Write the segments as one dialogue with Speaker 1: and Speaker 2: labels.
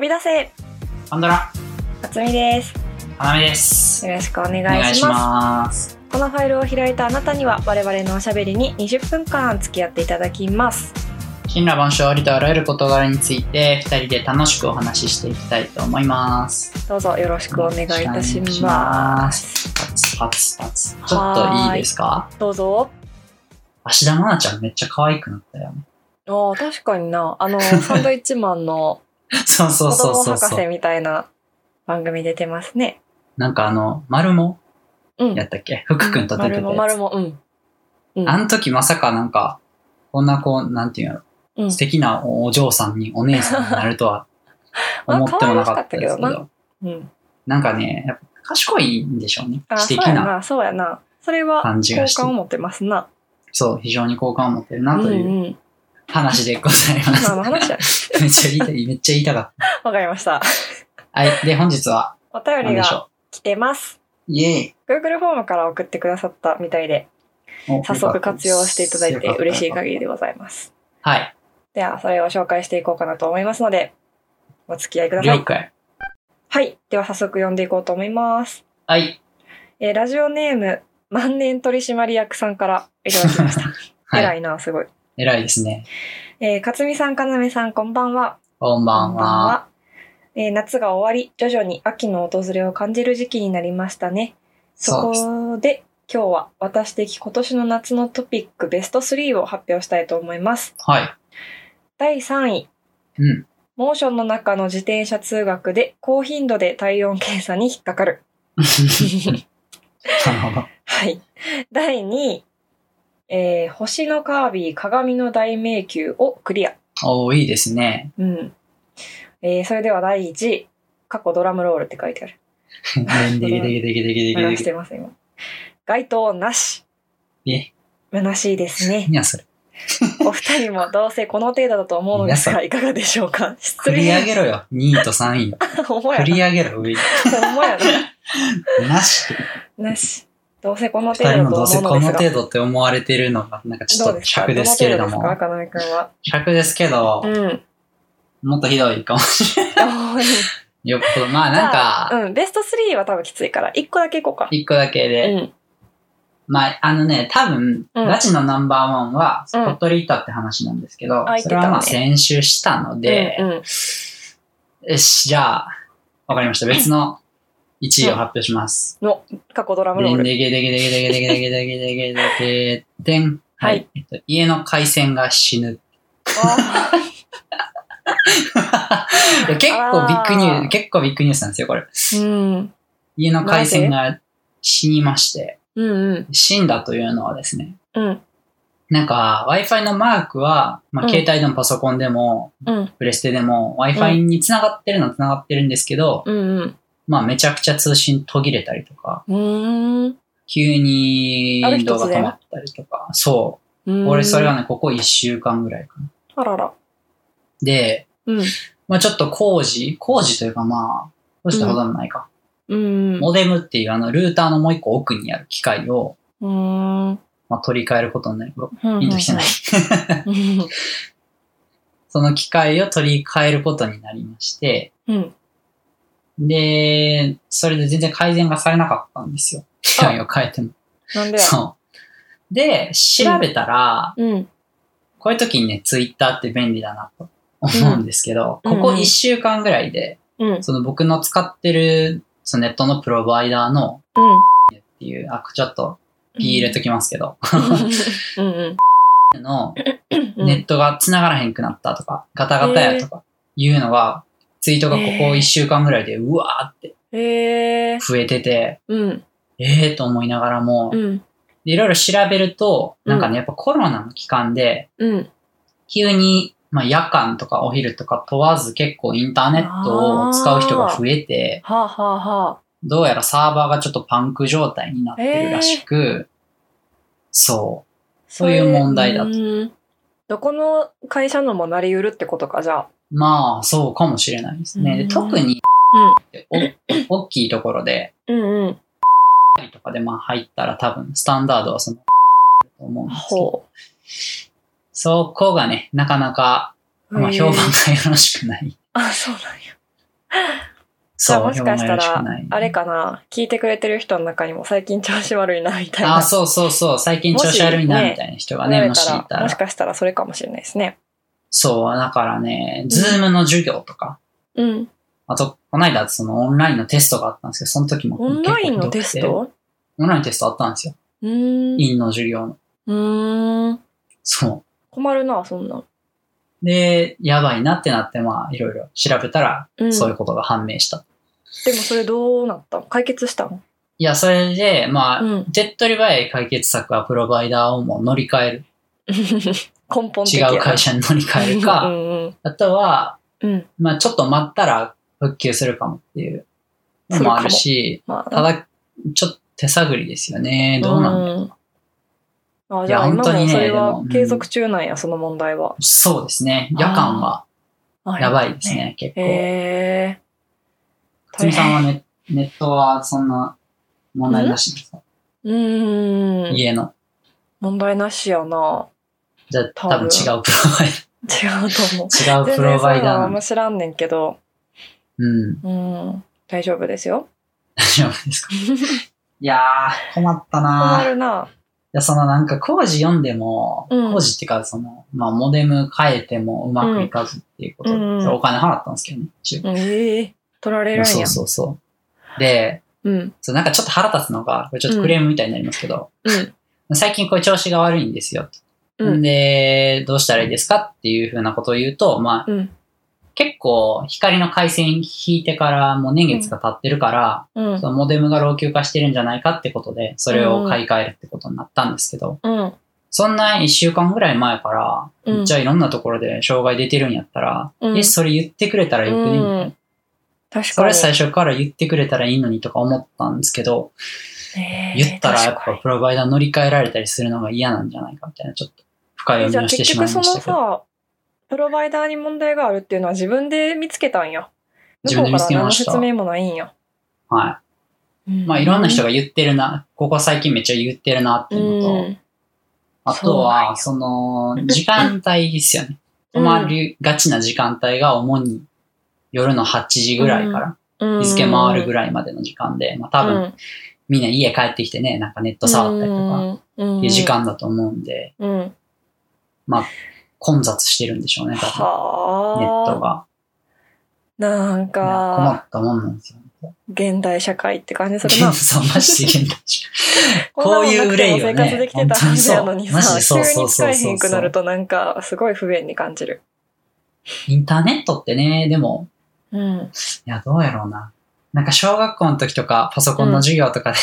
Speaker 1: び出せ
Speaker 2: パンドラ、
Speaker 1: つみです
Speaker 2: 花芽です。
Speaker 1: よろしくお願いし
Speaker 2: お願いし
Speaker 1: ます
Speaker 2: ます。
Speaker 1: このファイルを開いたあなたには我々のおしゃべりに20分間付き合っていただきます
Speaker 2: 金羅万象ありとあらゆる事柄について、二人で楽しくお話ししていきたいと思います。よ
Speaker 1: どうぞよろしくお願いいたし
Speaker 2: ろくお願い
Speaker 1: ます
Speaker 2: します。パツパツパツ。ちょっといいですか
Speaker 1: どうぞ
Speaker 2: 芦田愛菜ちゃんめっちゃ可愛くなったよ ね。
Speaker 1: ああ確かにな あのサンドイッチマンの
Speaker 2: そうそ
Speaker 1: 子
Speaker 2: うそう
Speaker 1: 供
Speaker 2: そう
Speaker 1: 博
Speaker 2: そ
Speaker 1: 士
Speaker 2: う。
Speaker 1: みたいな番組出てますね
Speaker 2: なんかあの、丸も
Speaker 1: うん
Speaker 2: やったっけ福くんと出て
Speaker 1: 丸
Speaker 2: た
Speaker 1: も
Speaker 2: や
Speaker 1: 丸
Speaker 2: つ。
Speaker 1: もうんうん
Speaker 2: あの時まさかなんか、こんなこう、なんていうの、
Speaker 1: うん
Speaker 2: 素敵なお嬢さんにお姉さんになるとは
Speaker 1: まあ
Speaker 2: 思ってもなかったですけ
Speaker 1: 可愛らし
Speaker 2: ど、
Speaker 1: うん
Speaker 2: なんかね、やっぱ賢いんでしょうね。
Speaker 1: あ
Speaker 2: 知
Speaker 1: そう
Speaker 2: 的
Speaker 1: や
Speaker 2: な
Speaker 1: なそうやなそれは
Speaker 2: 感じ
Speaker 1: 好
Speaker 2: がして
Speaker 1: 感を、持ってますな
Speaker 2: そう、非常に好感を持ってるな
Speaker 1: うん
Speaker 2: という
Speaker 1: うん
Speaker 2: 話でございま
Speaker 1: 今の話や
Speaker 2: す。 めっちゃ言いたい、めっちゃ言いたかっ
Speaker 1: わかりました
Speaker 2: た。はい、で、本日は
Speaker 1: お便
Speaker 2: 何
Speaker 1: り
Speaker 2: で
Speaker 1: が
Speaker 2: しょ
Speaker 1: 来てます
Speaker 2: う。イエ
Speaker 1: Google フォームから送ってくださったみたいで
Speaker 2: ーイお
Speaker 1: 早速活用していただいて嬉しい限りで
Speaker 2: は。
Speaker 1: ございます
Speaker 2: はい、
Speaker 1: ではそれを紹介していこうかなと思いますのでお付き合いくださ
Speaker 2: 了
Speaker 1: い
Speaker 2: 解。
Speaker 1: はいでは早速読んでいこうと思います、
Speaker 2: はい。
Speaker 1: えーラジオネーム万年取締役さんからいただきました、
Speaker 2: は
Speaker 1: 偉
Speaker 2: い。
Speaker 1: いなすごい
Speaker 2: 偉いですね。
Speaker 1: えー、かつみさんかなめさんこんばんは
Speaker 2: こんばんは。
Speaker 1: えー夏が終わり徐々に秋の訪れを感じる時期になりましたねそ
Speaker 2: そうです。
Speaker 1: こで今日は私的今年の夏のトピックベスト3を発表したいと思います
Speaker 2: はい。
Speaker 1: 第3位
Speaker 2: うん。
Speaker 1: モーションの中の自転車通学で高頻度で体温検査に引っかか る
Speaker 2: なるほど。
Speaker 1: はい第2位、えー星のカービィ鏡の大迷宮をクリア
Speaker 2: おー、いいですね。
Speaker 1: うん、えーそれでは第1位過去ドラムロールって書いてある
Speaker 2: でけでけでけでけでけでけ
Speaker 1: 流
Speaker 2: で
Speaker 1: し
Speaker 2: け。
Speaker 1: てます今該当なし
Speaker 2: え、
Speaker 1: 虚しいですね
Speaker 2: 何やそれ。
Speaker 1: お二人もどうせこの程度だと思うのです
Speaker 2: 皆
Speaker 1: が、いかがでしょうか失
Speaker 2: 繰り上げ
Speaker 1: 礼。
Speaker 2: ろよ。2位と3位を。
Speaker 1: ほんま
Speaker 2: 繰
Speaker 1: や
Speaker 2: り上げろ、上に。
Speaker 1: な。ほんまや
Speaker 2: なしって。
Speaker 1: な。なし。どうせこの程
Speaker 2: 二
Speaker 1: 度
Speaker 2: 人も
Speaker 1: だ
Speaker 2: どう
Speaker 1: と
Speaker 2: せ
Speaker 1: 思
Speaker 2: こ
Speaker 1: う
Speaker 2: の
Speaker 1: のです
Speaker 2: 程
Speaker 1: が。
Speaker 2: 度って思われてるのが、なんかちょ
Speaker 1: ど
Speaker 2: っ
Speaker 1: う
Speaker 2: と
Speaker 1: ですか
Speaker 2: 尺ですけれど
Speaker 1: どの程
Speaker 2: も。
Speaker 1: 度ですかかなめ
Speaker 2: 尺ですけど、
Speaker 1: くんは。
Speaker 2: もっとひどいかもしれ
Speaker 1: うん。
Speaker 2: ない。よっぽど、まあなんか、
Speaker 1: うん、ベスト3は多分きついから、1個だけいこうか。
Speaker 2: 一個だけ
Speaker 1: う
Speaker 2: で、
Speaker 1: ん。
Speaker 2: まああのね、多分、
Speaker 1: うん
Speaker 2: ガチのナンバーワンは、
Speaker 1: うん
Speaker 2: ポットリータって話なんですけど、
Speaker 1: あ言って
Speaker 2: そ
Speaker 1: た
Speaker 2: れ
Speaker 1: ね
Speaker 2: はまあ先週したので、
Speaker 1: うんうん
Speaker 2: よし、じゃあ、わかりました。別の1位を発表します。
Speaker 1: 過去ドラムロー
Speaker 2: でん
Speaker 1: ル。
Speaker 2: でげでげでげでげでげでげでげでげでげでん。はい。えっと、家の回線が死ぬ。
Speaker 1: あー
Speaker 2: いや結構ビッグニュース、結構ビッグニュースなんですよ、これ。
Speaker 1: うん。
Speaker 2: 家の回線が死にまして、
Speaker 1: うんうん。
Speaker 2: 死んだというのはですね、
Speaker 1: うん。
Speaker 2: なんか Wi-Fi のマークは、ま
Speaker 1: う
Speaker 2: あ、
Speaker 1: ん
Speaker 2: 携帯でもパソコンでも、
Speaker 1: うん。
Speaker 2: プレステでも Wi-Fi に繋がってるのは繋がってるんですけど、
Speaker 1: うんうん。
Speaker 2: まあめちゃくちゃ通信途切れたりとか、
Speaker 1: うーん
Speaker 2: 急に
Speaker 1: ある日
Speaker 2: 動画
Speaker 1: 突然
Speaker 2: 止まったりとか、そうう。
Speaker 1: ーん。
Speaker 2: 俺それはね、ここ1週間ぐらいかな。
Speaker 1: あらら。
Speaker 2: で、
Speaker 1: うん。
Speaker 2: まあちょっと工事工事というかまあ、工事ってほどでもないか。
Speaker 1: うん。う
Speaker 2: モデムっていうあのルーターのもう一個奥にある機械を、
Speaker 1: ーん。
Speaker 2: まあ、取り替えることになる。うわ
Speaker 1: うん
Speaker 2: ピンときてない。
Speaker 1: うん
Speaker 2: その機械を取り替えることになりまして、
Speaker 1: うん。
Speaker 2: で、それで全然改善がされなかったんですよ。機械を変えても。
Speaker 1: なんでや。
Speaker 2: そう。で、調べたら、
Speaker 1: うん。
Speaker 2: こういう時にね、ツイッターって便利だなと思うんですけど、
Speaker 1: うん
Speaker 2: ここ1週間ぐらいで、
Speaker 1: うん。
Speaker 2: その僕の使ってるそのネットのプロバイダーの
Speaker 1: うん。
Speaker 2: っていう、あ、ちょっと、ピー入れときますけど、
Speaker 1: うんうん
Speaker 2: の
Speaker 1: うん。
Speaker 2: ネットが繋がらへんくなったとか、ガタガタやとか、いうのが、ツイートがここ
Speaker 1: えー
Speaker 2: 1週間ぐらいで、うわーって
Speaker 1: へえ。
Speaker 2: 増えてて、
Speaker 1: うん。
Speaker 2: えーと思いながらも、
Speaker 1: う
Speaker 2: で
Speaker 1: ん。
Speaker 2: いろいろ調べると、
Speaker 1: うん
Speaker 2: なんかね、やっぱコロナの期間で、
Speaker 1: うん。
Speaker 2: 急に、まあ、夜間とかお昼とか問わず結構インターネットを使う人が増えて、
Speaker 1: はあ、はあは
Speaker 2: どうやらサーバーがちょっとパンク状態になってるらしく、そう。そういう問題だと
Speaker 1: と。うんどこの会社のもなりうるってことか、じゃあ。
Speaker 2: まあ、そうかもしれないですね。で
Speaker 1: うん
Speaker 2: 特に、お大きいところで、
Speaker 1: うんうん。
Speaker 2: とかでまあ入ったら多分、スタンダードはその、と思うんですけど、
Speaker 1: ほ
Speaker 2: そこがね、なかなか、
Speaker 1: う。
Speaker 2: まあ、
Speaker 1: へえ
Speaker 2: 評判がよろしくない。
Speaker 1: あ、そうなんや。じ
Speaker 2: そ
Speaker 1: ゃあ
Speaker 2: う、
Speaker 1: もしかした
Speaker 2: 表現
Speaker 1: ら
Speaker 2: ない、
Speaker 1: あれかな、聞いてくれてる人の中にも最近調子悪いな、みたいな。
Speaker 2: あ、そうそうそう。最近調子悪い
Speaker 1: もし
Speaker 2: な、
Speaker 1: ね
Speaker 2: みたいな人が
Speaker 1: 思え
Speaker 2: ね、
Speaker 1: た
Speaker 2: もしいた
Speaker 1: もし
Speaker 2: ら。
Speaker 1: かしたらそれかもしれないですね。
Speaker 2: そう、だからね、
Speaker 1: ん
Speaker 2: ズームの授業とか。
Speaker 1: うん。
Speaker 2: あと、この間、そのオンラインのテストがあったんですけど、その時も
Speaker 1: オン
Speaker 2: 結構
Speaker 1: ライン
Speaker 2: ひ
Speaker 1: の
Speaker 2: どくて
Speaker 1: テスト
Speaker 2: オンラインのテストあったんですよ。
Speaker 1: うーん。
Speaker 2: 院の授業の。
Speaker 1: うーん。
Speaker 2: そ
Speaker 1: 困るな、そんなん。
Speaker 2: う。で、やばいなってなって、まあ、いろいろ調べたら、
Speaker 1: うん。
Speaker 2: そういうことが判明した。
Speaker 1: でもそれどうなったの解決したの
Speaker 2: いや、それで、まあ、
Speaker 1: うん
Speaker 2: 手っ取り早い解決策はプロバイダーをもう乗り換える。
Speaker 1: 根本的
Speaker 2: 違
Speaker 1: やな
Speaker 2: う会社に乗り換える
Speaker 1: う
Speaker 2: か、
Speaker 1: んうん
Speaker 2: あとは、
Speaker 1: うん。
Speaker 2: まあちょっと待ったら復旧するかもっていうのもあるし、
Speaker 1: まあ、
Speaker 2: ただ、ちょっと手探りですよね。どうなんだろう
Speaker 1: うんあじゃあ
Speaker 2: いや
Speaker 1: 今
Speaker 2: 本当
Speaker 1: も
Speaker 2: にね
Speaker 1: それ
Speaker 2: で
Speaker 1: は
Speaker 2: もうん
Speaker 1: 継続中なんや、その問題は。
Speaker 2: そうですね。夜間はやばいですね、結
Speaker 1: へ
Speaker 2: 構。
Speaker 1: えー。
Speaker 2: つみさんはネネットはそんな問題なしなんですか
Speaker 1: うーん。
Speaker 2: 家の。
Speaker 1: 問題なしやな。
Speaker 2: じゃあ多分違うプロバイ
Speaker 1: 違うと思う。
Speaker 2: ダー。違う
Speaker 1: 全
Speaker 2: プロ
Speaker 1: 然そう
Speaker 2: バ
Speaker 1: い
Speaker 2: イ
Speaker 1: うのはあ
Speaker 2: ダー
Speaker 1: ん
Speaker 2: の。
Speaker 1: ま知らんねんけど、
Speaker 2: うん。
Speaker 1: うん。大丈夫ですよ。
Speaker 2: 大丈夫 ですかいやー、困ったな
Speaker 1: 困るな。
Speaker 2: いや、そのなんか工事読んでも、
Speaker 1: うん
Speaker 2: 工事っていうか、その、まあ、モデム変えてもうまくいかずっていうことで、
Speaker 1: うん
Speaker 2: それお金払ったんですけどね、一応
Speaker 1: うんええ取られるん
Speaker 2: そ
Speaker 1: や
Speaker 2: う。そうそう。で、
Speaker 1: うん。
Speaker 2: そうなんかちょっと腹立つのが、これちょっとクレームみたいになりますけど、
Speaker 1: うん。
Speaker 2: 最近これ調子が悪いんですよ。、
Speaker 1: うんん。
Speaker 2: で、どうしたらいいですかっていうふうなことを言うと、まあ、
Speaker 1: うん。
Speaker 2: 結構光の回線引いてからもう年月が経ってるから、
Speaker 1: うん。
Speaker 2: そのモデムが老朽化してるんじゃないかってことで、それを買い替えるってことになったんですけど、
Speaker 1: うん。
Speaker 2: そんな一週間ぐらい前から、
Speaker 1: うん
Speaker 2: めっちゃいろんなところで障害出てるんやったら、
Speaker 1: うん
Speaker 2: え、それ言ってくれたらよくねみたいな、
Speaker 1: うん確
Speaker 2: そ
Speaker 1: か
Speaker 2: れ
Speaker 1: に。
Speaker 2: 最初から言ってくれたらいいのにとか思ったんですけど、
Speaker 1: ええ
Speaker 2: 言ったらやっ
Speaker 1: 確か
Speaker 2: ぱプロバイダー乗り換えられたりするのが嫌なんじゃないかみたいな、ちょっと深
Speaker 1: に
Speaker 2: 読
Speaker 1: じゃ
Speaker 2: み
Speaker 1: あ
Speaker 2: をして
Speaker 1: 結
Speaker 2: しま
Speaker 1: 局
Speaker 2: い
Speaker 1: そ
Speaker 2: ま
Speaker 1: の
Speaker 2: したけど。
Speaker 1: さ、プロバイダーに問題があるっていうのは自分で見つけたんや。
Speaker 2: 自分で見つけまし
Speaker 1: 向
Speaker 2: た
Speaker 1: こうから何の説明もないんや。
Speaker 2: は
Speaker 1: うん
Speaker 2: い。まあいろんな人が言ってるな、ここ最近めっちゃ言ってるなっていうのと、
Speaker 1: うん
Speaker 2: あとは、その、時間帯で すよね。止まりがちな時間帯が主に夜の8時ぐらいから日付回るぐ
Speaker 1: らい。
Speaker 2: らいまでの時間で、まあ多分みんな家帰ってきてね、なんかネット
Speaker 1: と
Speaker 2: 触ったりとか、
Speaker 1: か
Speaker 2: いう時。間だと思うんで、
Speaker 1: うんうん。
Speaker 2: 混雑してるんでしょうね、多分。ネット
Speaker 1: はあ。
Speaker 2: が。
Speaker 1: なん
Speaker 2: いや困
Speaker 1: か、
Speaker 2: ったもんなんですよ。
Speaker 1: 現代社会って感じ するな。
Speaker 2: そう、マジで現代社会
Speaker 1: んなもんなくても
Speaker 2: こういう憂いよね
Speaker 1: 生活できてたはずやのに
Speaker 2: 本当にそうマジ
Speaker 1: さ、
Speaker 2: でそう
Speaker 1: 急
Speaker 2: そう
Speaker 1: に
Speaker 2: そ
Speaker 1: 使え
Speaker 2: うそう
Speaker 1: へんくなるとなんか、すごい不便に感じる。
Speaker 2: インターネットってね、でも、
Speaker 1: うん。
Speaker 2: いや、どうやろうな。なんか小学校の時とか、パソコンの授業とかで、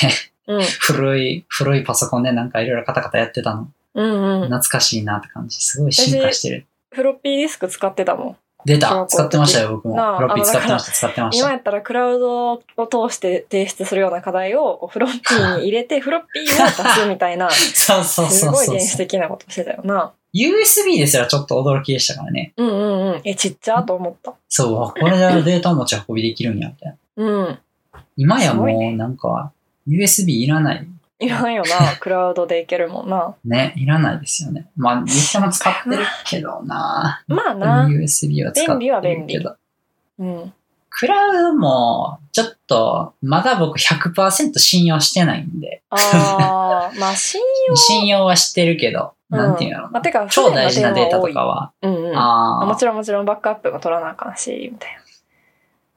Speaker 1: うん。
Speaker 2: 古い、古いパソコンでなんかいろいろカタカタやってたの。
Speaker 1: うんうん。
Speaker 2: 懐かしいなって感じ。すごい進化してる。
Speaker 1: フロッピーディスク使ってたもん。
Speaker 2: 出
Speaker 1: 小
Speaker 2: た
Speaker 1: 学校
Speaker 2: 使ってましたよ、僕も。フ
Speaker 1: なあ
Speaker 2: ロッピ
Speaker 1: あの
Speaker 2: ー使ってました、使ってまし
Speaker 1: 今
Speaker 2: た。
Speaker 1: やったらクラウドを通して提出するような課題をこうフロッピーに入れてフロッピーを出すみたいな、す
Speaker 2: そうそうそう
Speaker 1: ごい
Speaker 2: そう
Speaker 1: 原。始的なことしてたよな。
Speaker 2: USB ですらちょっと驚きでしたからね。
Speaker 1: うんうんうん。え、ちっちゃと思った。
Speaker 2: そう、あこれでデータ持ち運びできるんや、みたいな。
Speaker 1: うん。
Speaker 2: 今やも
Speaker 1: すごいう
Speaker 2: なんか、USB いらない。
Speaker 1: いらんよ な。クラウドでいけるもんな。
Speaker 2: ね、いらないですよね。まあ、言っても使ってるけどな。
Speaker 1: まあ
Speaker 2: でも
Speaker 1: な。
Speaker 2: USB は使っ
Speaker 1: 便利は
Speaker 2: て
Speaker 1: 便
Speaker 2: るけ
Speaker 1: 利
Speaker 2: ど。
Speaker 1: うん。
Speaker 2: クラウドも、ちょっと、まだ僕100%信用してないんで。
Speaker 1: あー、まあ信用。
Speaker 2: 信用はしてるけど、
Speaker 1: うん
Speaker 2: なんていうの
Speaker 1: まあ、てか、
Speaker 2: 超大事なデータとか
Speaker 1: は。
Speaker 2: は、
Speaker 1: うんうん。
Speaker 2: あ
Speaker 1: も
Speaker 2: あ、
Speaker 1: ちろんもちろんバックアップも取らなあかんし、みたいな。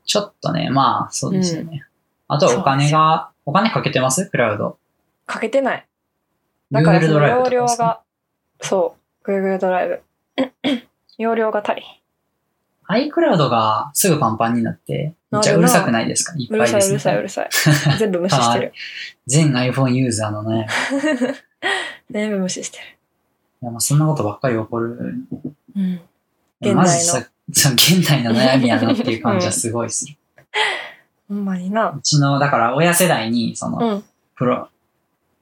Speaker 2: ちょっとね、まあ、そうですよね。あとはお金が、お金かけてますクラウド。
Speaker 1: かけてない。だから
Speaker 2: Google
Speaker 1: そ
Speaker 2: ド
Speaker 1: の
Speaker 2: ラ
Speaker 1: 容
Speaker 2: イブとか
Speaker 1: 量
Speaker 2: ですか
Speaker 1: が、そう。Google ドライブ。 容量が足りん。
Speaker 2: iCloud がすぐパンパンになって、めっち
Speaker 1: なる
Speaker 2: ゃ
Speaker 1: な
Speaker 2: うるさくないですかいっ
Speaker 1: うる
Speaker 2: ぱい
Speaker 1: さ
Speaker 2: で
Speaker 1: い
Speaker 2: す
Speaker 1: うるさい
Speaker 2: ね。
Speaker 1: うるさい。 全部無視してる。
Speaker 2: 全 iPhone ユーザーのね、
Speaker 1: 全部無視して
Speaker 2: いやまあそんなことばっかり起こ
Speaker 1: る。
Speaker 2: る。
Speaker 1: うん。現代の
Speaker 2: マジさ、そう現代の悩みやなっていう感じはすごいする。
Speaker 1: ほんまにな。
Speaker 2: うちの、だから親世代に、その、
Speaker 1: うん。
Speaker 2: プロ、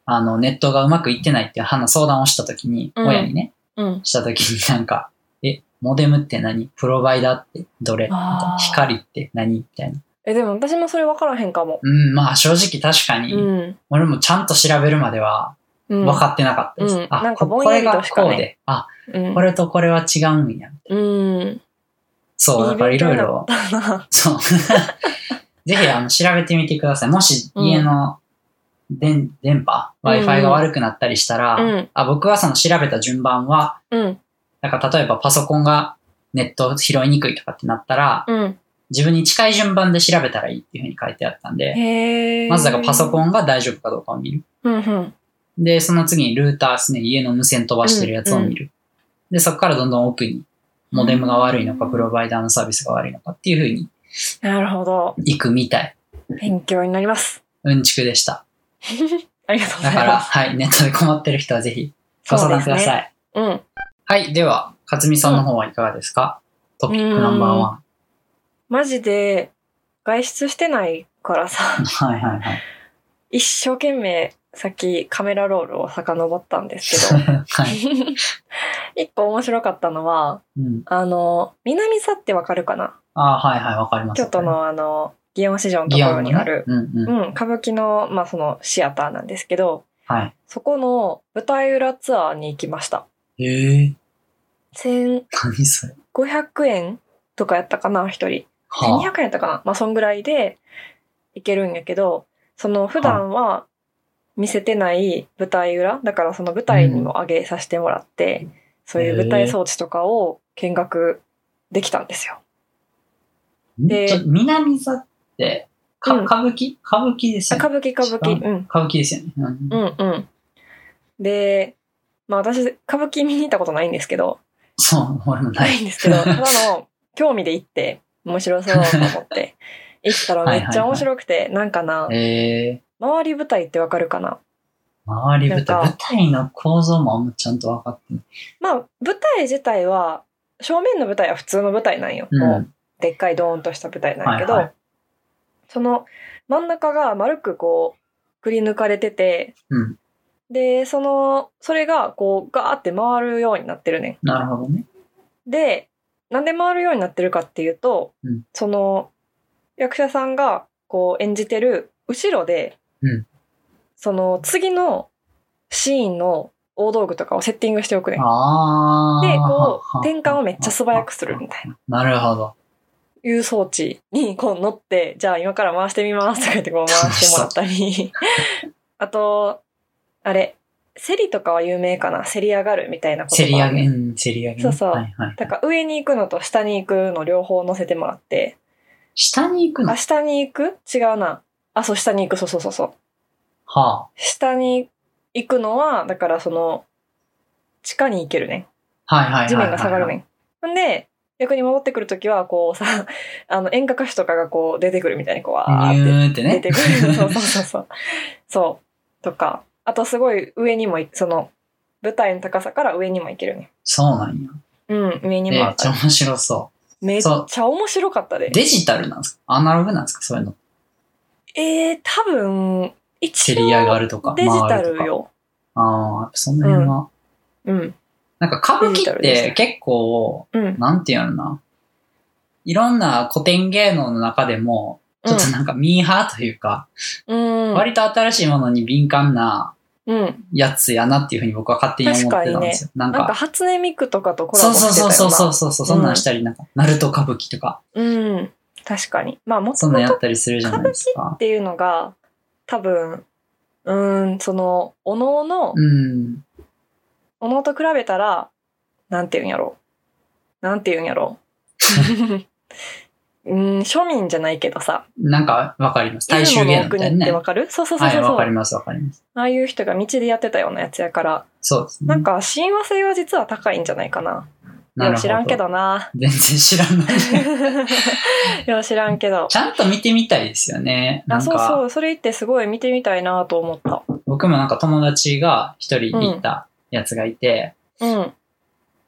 Speaker 2: あの、ネットがうまくいってないっていう話相談をしたときに、
Speaker 1: うん
Speaker 2: 親にね、
Speaker 1: うん。
Speaker 2: したときになんか、え、モデムって何プロバイダーってどれみたいな
Speaker 1: あー
Speaker 2: 光って何みたいな。
Speaker 1: え、でも私もそれ分からへんかも。
Speaker 2: うん、まあ正直確かに、
Speaker 1: うん。
Speaker 2: 俺もちゃんと調べるまでは
Speaker 1: うん。
Speaker 2: 分かってなかったです。
Speaker 1: うん
Speaker 2: あ、
Speaker 1: なんか
Speaker 2: こ
Speaker 1: ぼんやり
Speaker 2: これ
Speaker 1: と
Speaker 2: が
Speaker 1: しかね
Speaker 2: こうで、あ、
Speaker 1: うん
Speaker 2: これとこれは違うんや。
Speaker 1: うん。
Speaker 2: そう、だからいろいろ、
Speaker 1: だな。
Speaker 2: そう。ぜひ、あの、調べてみてください。もし、
Speaker 1: うん
Speaker 2: 家の、電、電波、
Speaker 1: うん
Speaker 2: Wi-Fi が悪くなったりしたら、
Speaker 1: うん。
Speaker 2: あ、僕はその調べた順番は、
Speaker 1: うん。
Speaker 2: だから例えばパソコンがネットを拾いにくいとかってなったら、
Speaker 1: うん。
Speaker 2: 自分に近い順番で調べたらいいっていうふうに書いてあったんで、
Speaker 1: へー
Speaker 2: まずだからパソ
Speaker 1: ン。
Speaker 2: コンが大丈夫かどうかを見る。
Speaker 1: うんうん。
Speaker 2: で、その次にルーターですね、家の無線飛ばしてるやつを見る。で、そこからどんどん奥に、モデムが悪いのか、プロバイダーのサービスが悪いのかっていうふうに
Speaker 1: なるほど。
Speaker 2: 行くみたい。
Speaker 1: 勉強になります。
Speaker 2: うんちくでした。
Speaker 1: ありがとうござ
Speaker 2: だ
Speaker 1: い
Speaker 2: から、
Speaker 1: ます。
Speaker 2: はい、ネットで困ってる人はぜひご相談く
Speaker 1: そ
Speaker 2: だ
Speaker 1: うですね
Speaker 2: さい。
Speaker 1: うん。
Speaker 2: はい、では、かつみさんの方はいかがですか、トピックナンバーワ
Speaker 1: マジで、外出してないからさ
Speaker 2: ン。、はいはいはい。
Speaker 1: 一生懸命、さっきカメラロールを遡ったんですけ ど、
Speaker 2: はい。
Speaker 1: 一個面白かったのは、
Speaker 2: うん、
Speaker 1: あの、南座ってわかるかな
Speaker 2: あーはいはい、わかります。
Speaker 1: 京都のあの、祇園市場のところにある、
Speaker 2: ギアのねうんうん。
Speaker 1: うん、歌舞伎の、まあそのシアターなんですけど、
Speaker 2: は
Speaker 1: そこの舞台裏ツアーに行きました。
Speaker 2: い。ええ
Speaker 1: 1500
Speaker 2: 何それ。
Speaker 1: 円とかやったかな、一人。1200
Speaker 2: は
Speaker 1: 円やったかなまあそんぐらいで行けるんやけど、その普段は見せてない舞台裏、だからその舞台にも上げさせてもらって、そういう舞台装置とかを見学できたんですよ。で
Speaker 2: あ、ちょ南座って、か
Speaker 1: うん
Speaker 2: 歌舞伎歌舞伎です
Speaker 1: あ
Speaker 2: よね
Speaker 1: 歌。舞伎歌舞伎。うん。
Speaker 2: 歌舞伎ですよね。うん
Speaker 1: うんうん。で、まあ私、歌舞伎見に行ったことないんですけど、
Speaker 2: そう、俺もな
Speaker 1: ない
Speaker 2: い。
Speaker 1: んですけ ど、ただの興味で行って、面白そうと思って、行ったらめっちゃ面白くて、なんかな、
Speaker 2: え
Speaker 1: 周り舞台ってわかるかな
Speaker 2: ー、周り舞台。
Speaker 1: なんか
Speaker 2: 舞台の構造もあんまちゃんと分かってない。
Speaker 1: まあ、舞台自体は、正面の舞台は普通の舞台なんよ。
Speaker 2: うん
Speaker 1: もう、でっかいドーンとした舞台なんやけど、
Speaker 2: はいはい
Speaker 1: その真ん中が丸くこう、くり抜かれてて、
Speaker 2: うん
Speaker 1: で、その、それがこう、ガーって回るようになってるね
Speaker 2: なるほどね。
Speaker 1: ん。で、なんで回るようになってるかっていうと、
Speaker 2: うん
Speaker 1: その、役者さんがこう演じてる後ろで、
Speaker 2: うん
Speaker 1: その次のシーンの大道具とかをセッティングしておくねん。
Speaker 2: あー。
Speaker 1: で、こう、転換を
Speaker 2: を
Speaker 1: めっちゃ素早くするみたいな、
Speaker 2: なるほど。
Speaker 1: いう装置に、こう乗って、じゃあ今から回してみますとか言ってこう回してもらった り、あと、あれ、セリとかは有名かなセリ上がるみたいなこと
Speaker 2: せり上げ、うん、せり上げね。
Speaker 1: そうそう
Speaker 2: はいはい。
Speaker 1: だから上に行くのと下に行くの両方乗せてもらって、
Speaker 2: 下に行くの
Speaker 1: あ、
Speaker 2: は
Speaker 1: 下に行く違うな。あ、そう、下に行く。そうそうそうそう。
Speaker 2: あ。
Speaker 1: 下に行くのは、だからその、地下に行けるね。
Speaker 2: はいはいはいはい。
Speaker 1: 地面が下がるねん。ほんで、逆に戻ってくるときは、こうさ、 あの、演歌歌手とかがこう出てくるみたいに、こう、わ
Speaker 2: ニュ
Speaker 1: ーっ
Speaker 2: ーっ
Speaker 1: て
Speaker 2: て
Speaker 1: 出
Speaker 2: ね。
Speaker 1: てくる。 そうそうそうそう。そう。とか、あとすごい上にもい、その、舞台の高さから上にも行けるね。
Speaker 2: そうなんや。
Speaker 1: うん、上に
Speaker 2: え
Speaker 1: もあ
Speaker 2: ーめ
Speaker 1: っ
Speaker 2: っちゃ
Speaker 1: た。
Speaker 2: 面白そ
Speaker 1: めっ
Speaker 2: そう
Speaker 1: ちゃ面白かったで
Speaker 2: う。。デジタルなんですかアナログなんですかそういうの。
Speaker 1: えー、多分、一
Speaker 2: せり上
Speaker 1: 応
Speaker 2: がるとか。
Speaker 1: デジタ
Speaker 2: 回ると
Speaker 1: ル
Speaker 2: か。
Speaker 1: よ。
Speaker 2: ああ、やっぱその辺は。
Speaker 1: うん、
Speaker 2: なんか歌舞伎って結構、
Speaker 1: うん。
Speaker 2: なんていうのな。いろんな古典芸能の中でも、ちょっとなんかミーハーというか、
Speaker 1: うん。
Speaker 2: 割と新しいものに敏感な
Speaker 1: うん。
Speaker 2: やつやなっていうふうに僕は勝手に思ってたんですよ。なん
Speaker 1: なんか、
Speaker 2: か、
Speaker 1: 初音ミクとかとコラ
Speaker 2: そう
Speaker 1: ボしてた
Speaker 2: そう
Speaker 1: よな。
Speaker 2: そうそうそうそう、そんなんしたり、なんか、ナルト歌舞伎とか、
Speaker 1: うん。確かに。まあ、もと
Speaker 2: そんな
Speaker 1: も
Speaker 2: んや
Speaker 1: と
Speaker 2: ったりするじゃないです
Speaker 1: っ
Speaker 2: か。
Speaker 1: ていうのが、多分、うーん、その、おのおの、
Speaker 2: うん。
Speaker 1: おのと比べたら、なんて言うんやろう。なんて言うんや ろう。うーん、庶民じゃないけどさ、
Speaker 2: なんか、わかります。大
Speaker 1: 出
Speaker 2: 衆
Speaker 1: 雲
Speaker 2: 芸
Speaker 1: の
Speaker 2: 能
Speaker 1: 奥
Speaker 2: み
Speaker 1: に
Speaker 2: たい
Speaker 1: 行っ
Speaker 2: な
Speaker 1: て
Speaker 2: ね。
Speaker 1: わ
Speaker 2: は
Speaker 1: かる、そうそうそう
Speaker 2: い、
Speaker 1: そう、
Speaker 2: わかります、わかります。
Speaker 1: ああいう人が道でやってたようなやつやから、
Speaker 2: そうですね。
Speaker 1: なんか親和性は実は高いんじゃないかな。
Speaker 2: なる
Speaker 1: よ
Speaker 2: ほ
Speaker 1: う知らんけ。ど な。
Speaker 2: 全然知らない。
Speaker 1: よう知らんけど。
Speaker 2: ちゃんと見てみたいですよね。な
Speaker 1: あ
Speaker 2: ん
Speaker 1: そう
Speaker 2: か、
Speaker 1: そう、それってすごい見てみたいなと思った。
Speaker 2: 僕もなんか友達が一人行ったやつがいて、
Speaker 1: うん。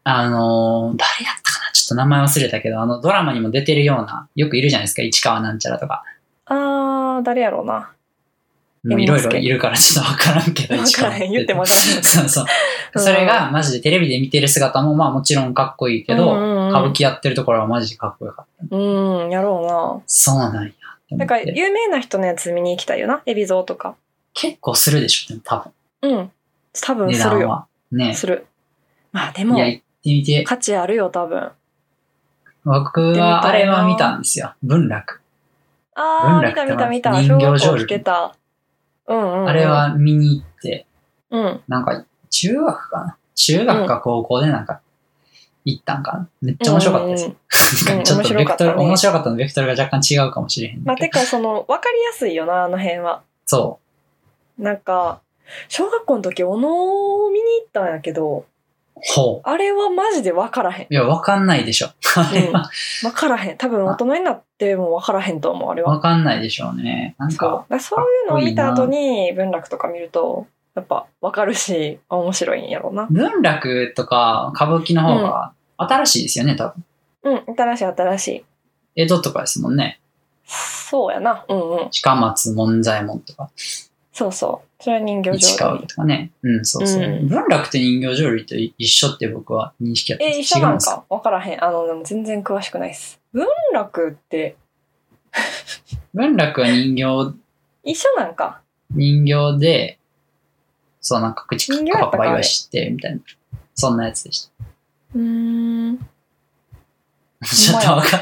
Speaker 2: あのー誰やったかなちょっと名前忘れたけど、あの、ドラマにも出てるような、よくいるじゃないですか、市川なんちゃらとか。
Speaker 1: あー、誰やろうな。
Speaker 2: もういろいろいるからちょっとわからんけど、
Speaker 1: わからへん言ってもわからん
Speaker 2: そうそう。それがマジでテレビで見てる姿もまあもちろんかっこいいけど、歌舞
Speaker 1: 歌
Speaker 2: 伎やってるところはマジでかっこよかった。
Speaker 1: うん、やろ
Speaker 2: そうなんやって
Speaker 1: うな。
Speaker 2: 思
Speaker 1: だ
Speaker 2: っ
Speaker 1: から、
Speaker 2: て。
Speaker 1: 有名な人のやつ見に行きたいよな。海老蔵とか。
Speaker 2: 結構するでしょ、でも多
Speaker 1: うん。多
Speaker 2: 分。
Speaker 1: 分
Speaker 2: 値
Speaker 1: す
Speaker 2: 段
Speaker 1: るよ。
Speaker 2: は。ね
Speaker 1: する。まあで
Speaker 2: い
Speaker 1: も
Speaker 2: や、、行ってみて。
Speaker 1: 価値あるよ、多分。
Speaker 2: 僕は、あれは見たんですよ。文楽。
Speaker 1: ああ、
Speaker 2: 文
Speaker 1: 見た
Speaker 2: 楽
Speaker 1: 見た見た。
Speaker 2: って
Speaker 1: 小学
Speaker 2: のは人形浄
Speaker 1: 校
Speaker 2: 瑠璃
Speaker 1: 来てた。うんうん。
Speaker 2: あれ。は見に行って、
Speaker 1: うん。
Speaker 2: なんか、中学かな中学か高校でなんか、行ったんかなめっちゃ面白かったです。
Speaker 1: うんうん
Speaker 2: なんかちょっとベクトル、
Speaker 1: うん面
Speaker 2: 面
Speaker 1: 白
Speaker 2: 白かったのベクトルが若干違うかもしれへん
Speaker 1: まあ、
Speaker 2: ねんけ
Speaker 1: て
Speaker 2: ど。
Speaker 1: か、その、わかりやすいよな、あの辺は。
Speaker 2: そ
Speaker 1: なんか、小学校の時、お能を見に行ったんやけど、
Speaker 2: う。ほ
Speaker 1: あれはマジでわからへん。
Speaker 2: う。いや、わかんないでしょ。あれは、
Speaker 1: わからへん。多分大人になってもわからへんと思う、あれは。
Speaker 2: わかんないでしょうね。なん
Speaker 1: そうだ
Speaker 2: か
Speaker 1: か、らそういうのを見た後に文楽とか見るとやっぱわかるしあ面白いんやろうな。
Speaker 2: 文楽とか歌舞伎の方が新しいですよね、多分。
Speaker 1: うん新しい新しい。
Speaker 2: 江戸とかですもんね。
Speaker 1: そうやな。うんうん。
Speaker 2: 近松門左衛門とか、
Speaker 1: そうそう。それは人形浄
Speaker 2: 市
Speaker 1: 瑠
Speaker 2: 川
Speaker 1: 璃。
Speaker 2: とかね。うん、そうそう。
Speaker 1: うん
Speaker 2: 文楽と人形浄瑠璃と一緒って僕は認識やった
Speaker 1: え、一緒なん
Speaker 2: ですか
Speaker 1: かわからへん。あの、でも全然詳しくないっす。文楽って
Speaker 2: 文楽は人形、
Speaker 1: 一緒なんか。
Speaker 2: 人形で、そうなんか口
Speaker 1: 人形や
Speaker 2: か
Speaker 1: った
Speaker 2: ばか
Speaker 1: かあれ
Speaker 2: ばして、みたいな。そんなやつでした。
Speaker 1: うーん。
Speaker 2: ちょっとわかん、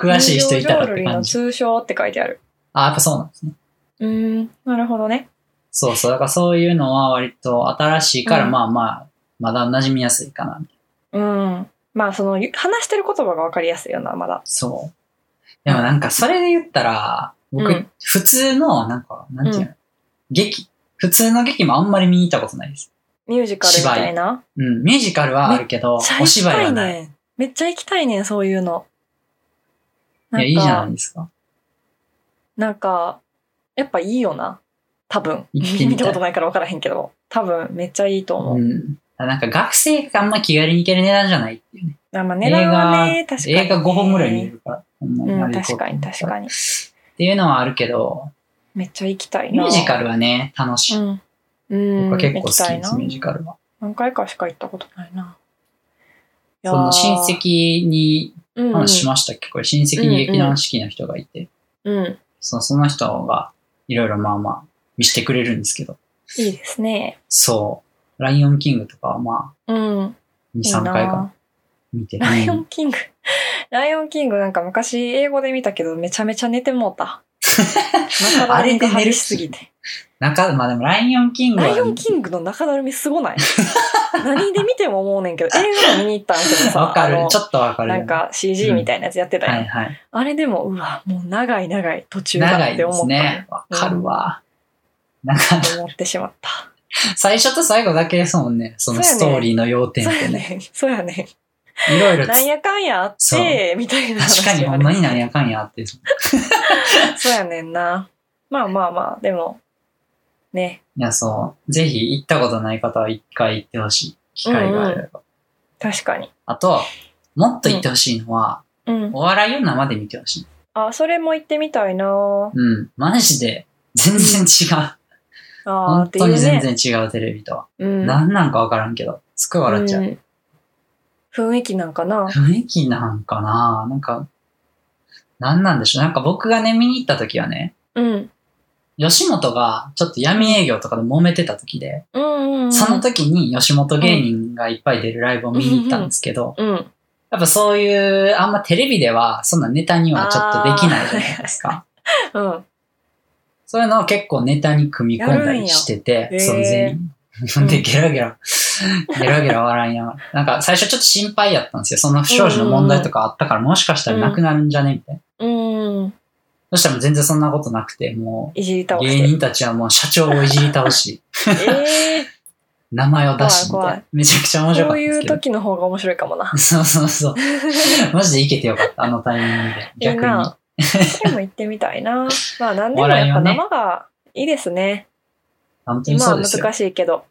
Speaker 2: 詳しい人いたらって
Speaker 1: 人形浄瑠璃の
Speaker 2: 感じ。
Speaker 1: 通称って書いてある。
Speaker 2: あ、やっぱそうなんですね。
Speaker 1: うーん。なるほどね。
Speaker 2: そうそう。だからそういうのは割と新しいから、
Speaker 1: うん
Speaker 2: まあまあ、まだ馴染みやすいかな。
Speaker 1: うん。まあ、その、話してる言葉がわかりやすいよな、まだ。
Speaker 2: そう。でもなんか、それで言ったら、僕、
Speaker 1: うん
Speaker 2: 普通の、なんか、なんていうの、劇、普通の劇もあんまり見に行ったことないです。
Speaker 1: ミュージカルみたいな。
Speaker 2: うん、ミュージカルはあるけ
Speaker 1: め
Speaker 2: ど
Speaker 1: っちゃ、
Speaker 2: お
Speaker 1: 行き
Speaker 2: 芝
Speaker 1: た
Speaker 2: 居はいない。
Speaker 1: ねん。めっちゃ行きたいねん、そういうの。
Speaker 2: いや、いいじゃないですか。
Speaker 1: なんか、やっぱいいよな。多分。
Speaker 2: 行ってみたい
Speaker 1: 見たことないから分からへんけど。多分、めっちゃいいと思う。
Speaker 2: うん。なんか、学生があんま気軽に行ける値段じゃないっていうね。
Speaker 1: あまあ、値段はね、確かに、
Speaker 2: 映画5本ぐらい見れ。るから。ほんまに
Speaker 1: う
Speaker 2: あ
Speaker 1: ん、
Speaker 2: れ行
Speaker 1: 確
Speaker 2: こうと
Speaker 1: か
Speaker 2: 思
Speaker 1: に
Speaker 2: ったら
Speaker 1: 確かに。
Speaker 2: っていうのはあるけど、
Speaker 1: めっちゃ行きたい
Speaker 2: ミ
Speaker 1: な。
Speaker 2: ュージカルはね、楽しい。
Speaker 1: うん。うん。
Speaker 2: 僕は結構好
Speaker 1: 行た
Speaker 2: き
Speaker 1: い
Speaker 2: です、
Speaker 1: な
Speaker 2: ミュージカルは。
Speaker 1: 何回かしか行ったことないな。いや
Speaker 2: そ
Speaker 1: ー
Speaker 2: の親、戚に、
Speaker 1: うん、うん
Speaker 2: 話しましたっけこれ親戚に劇団四季の人がいて、
Speaker 1: うん。
Speaker 2: そう、その人が、いろいろまあまあ、見してくれるんですけど、
Speaker 1: いいですね。
Speaker 2: そう、ライオンキングとかはま
Speaker 1: うん。
Speaker 2: あ、2、
Speaker 1: いいな
Speaker 2: 3回かな見て、
Speaker 1: ライオ
Speaker 2: うん
Speaker 1: ンキング。 ライオンキングなんか昔英語で見たけどめちゃめちゃ寝てもう た。中だるみが激しすぎて。
Speaker 2: 中、まあでもライオンキング
Speaker 1: ライオ
Speaker 2: は
Speaker 1: ン、キングの中だるみすごない何で見ても思うねんけど、映画も見に行ったんやけどさ。
Speaker 2: わか
Speaker 1: あ
Speaker 2: る
Speaker 1: の、
Speaker 2: ちょっとわかる。
Speaker 1: なんか CG みたいなやつやってたやん、
Speaker 2: はいはい。
Speaker 1: あれでも、うわ、もう長い長い途中
Speaker 2: 長
Speaker 1: だっ
Speaker 2: い
Speaker 1: て
Speaker 2: で
Speaker 1: 思っ
Speaker 2: す
Speaker 1: た、
Speaker 2: ね。わかるわ。なんか、
Speaker 1: 思ってしま った。
Speaker 2: 最初と最後だけですもんね。そのストーリーの要点っ
Speaker 1: そうや
Speaker 2: てね。
Speaker 1: ねん。そうやね
Speaker 2: いろい ろ
Speaker 1: ん。なんやかんやあっ
Speaker 2: そう
Speaker 1: て、みたいな
Speaker 2: 確かに
Speaker 1: 話
Speaker 2: ほ
Speaker 1: あ
Speaker 2: ん
Speaker 1: れ
Speaker 2: まになんやかんやあって。い
Speaker 1: そうやねんな。まあまあまあ、でも、ね、
Speaker 2: や、そう。ぜひ行ったことない方は一回行ってほしい。機会があれば。
Speaker 1: 確かに。
Speaker 2: あと、もっと言ってほしいのは、
Speaker 1: うん。
Speaker 2: お笑いを生で見てほしい。
Speaker 1: あ、それも行ってみたいな
Speaker 2: うん。マジで、全然違う。
Speaker 1: あー
Speaker 2: 本
Speaker 1: って
Speaker 2: 当
Speaker 1: いう
Speaker 2: に全
Speaker 1: ね。
Speaker 2: 然違うテレビとは。
Speaker 1: うん。
Speaker 2: 何なんかわからんけど、すっごい笑っちゃう。
Speaker 1: ん雰囲気なんかな
Speaker 2: 雰囲気なんかななんか、何なんでしょう。なんか僕がね、見に行った時はね、
Speaker 1: うん。
Speaker 2: 吉本がちょっと闇営業とかで揉めてた時で、
Speaker 1: うんうんうん。
Speaker 2: その時に吉本芸人がいっぱい出るライブを見に行ったんですけど、
Speaker 1: うん。
Speaker 2: やっぱそういう、あんまテレビではそんなネタにはちょっとできないじゃないですか。
Speaker 1: うん。
Speaker 2: そういうのを結構ネタに組み込んだりしてて、
Speaker 1: やるんや
Speaker 2: その全員。
Speaker 1: ー
Speaker 2: で、ゲラゲラ、ゲラゲラ笑いながら。なんか最初ちょっと心配やったんですよ。その不祥事の問題とかあったから、もしかしたらなくなるんじゃねみたいな。
Speaker 1: うん。
Speaker 2: そしたらもう全然そんなことなくて、も
Speaker 1: いじり
Speaker 2: う
Speaker 1: 倒し
Speaker 2: 芸
Speaker 1: て。
Speaker 2: 人たちはもう社長をいじり倒し、
Speaker 1: ええ
Speaker 2: 名前を出し、み
Speaker 1: 怖い怖
Speaker 2: たいな。めちゃくちゃ面白か
Speaker 1: そ
Speaker 2: った
Speaker 1: うんい
Speaker 2: です
Speaker 1: う
Speaker 2: けど。。
Speaker 1: 時の方が面白いかもな
Speaker 2: そうそうそう。マジでいけてよかった、あのタイミングで。
Speaker 1: いい
Speaker 2: 逆に
Speaker 1: な。。でも行ってみたい な。まあ何でも
Speaker 2: お笑い
Speaker 1: やっぱ
Speaker 2: をね
Speaker 1: 生がいいですね。
Speaker 2: 本当に
Speaker 1: 今
Speaker 2: そ
Speaker 1: は
Speaker 2: うですよ。
Speaker 1: 難しいけど、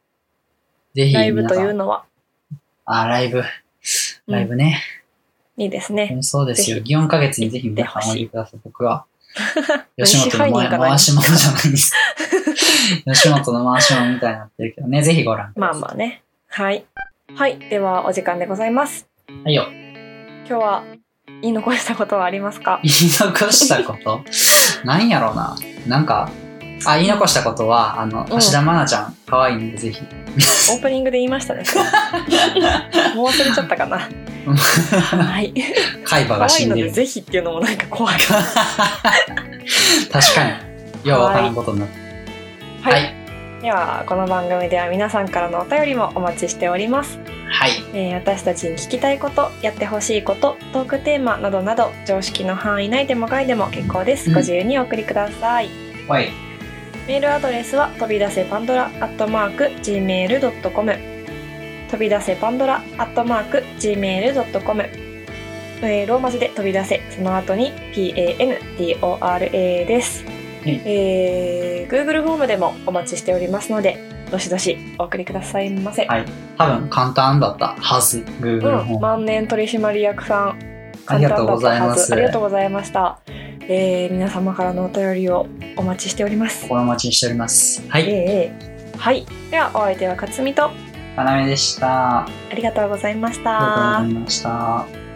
Speaker 2: ぜひ
Speaker 1: ライブ
Speaker 2: 皆
Speaker 1: と
Speaker 2: さ。
Speaker 1: いうんのは
Speaker 2: あ、ライブ。
Speaker 1: うん
Speaker 2: ライブね。
Speaker 1: いいです
Speaker 2: う
Speaker 1: ね。
Speaker 2: んそうですよ。
Speaker 1: ぜ
Speaker 2: 祇園花月にぜひ皆さんおいでください。僕は。吉
Speaker 1: 支
Speaker 2: 本
Speaker 1: 配
Speaker 2: の
Speaker 1: 人
Speaker 2: 回
Speaker 1: か何
Speaker 2: 回し物じゃないです。 吉本の回し物みたいになってるけどね。ぜひご覧く
Speaker 1: ま
Speaker 2: だ
Speaker 1: あ
Speaker 2: さい。
Speaker 1: まあね。はい。はい。ではお時間でございます。
Speaker 2: はいよ。
Speaker 1: 今日は言い残したことはありますか
Speaker 2: 言い残したことなんやろうな。なんか、あ、言い残したことは、あの、
Speaker 1: うん
Speaker 2: 芦田愛菜ちゃん、可愛いんでぜひ。
Speaker 1: オープニングで言いましたね。もう忘れちゃったかな。 はい。
Speaker 2: 海馬が
Speaker 1: 怖
Speaker 2: 死
Speaker 1: い
Speaker 2: ん
Speaker 1: の
Speaker 2: で
Speaker 1: で
Speaker 2: る。
Speaker 1: ぜひっていうのもなんか怖い。
Speaker 2: 確かに。ようわからんことになった。
Speaker 1: は。
Speaker 2: はいい。
Speaker 1: では、この番組では皆さんからのお便りもお待ちしております。
Speaker 2: はい。
Speaker 1: えー私たちに聞きたいことやってほしいことトークテーマなどなど常識の範囲内でも外でも結構です、
Speaker 2: うん
Speaker 1: ご自由にお送りください
Speaker 2: はい。
Speaker 1: メールアドレスは飛び出せパンドラアットマーク Gmail.com 飛び出せパンドラアットマーク Gmail.com えーローマ字で飛び出せその後に PANDORA です、
Speaker 2: い
Speaker 1: えー Google フォームでもお待ちしておりますのでどしどしお送りくださいませ、
Speaker 2: はい多分簡単だったはず。
Speaker 1: う
Speaker 2: Google ホ
Speaker 1: ん、
Speaker 2: ーム。
Speaker 1: 万年取締役さん
Speaker 2: ありがとうござ
Speaker 1: 簡単だっ
Speaker 2: います
Speaker 1: たはずありがとうございました、えー皆様からのお便りをお待ちしております、
Speaker 2: 心待ちにしております。はい。
Speaker 1: ええはいではお相手は勝美と
Speaker 2: かなめでした。
Speaker 1: ありがとうございまし
Speaker 2: あ
Speaker 1: た
Speaker 2: りがとうございました。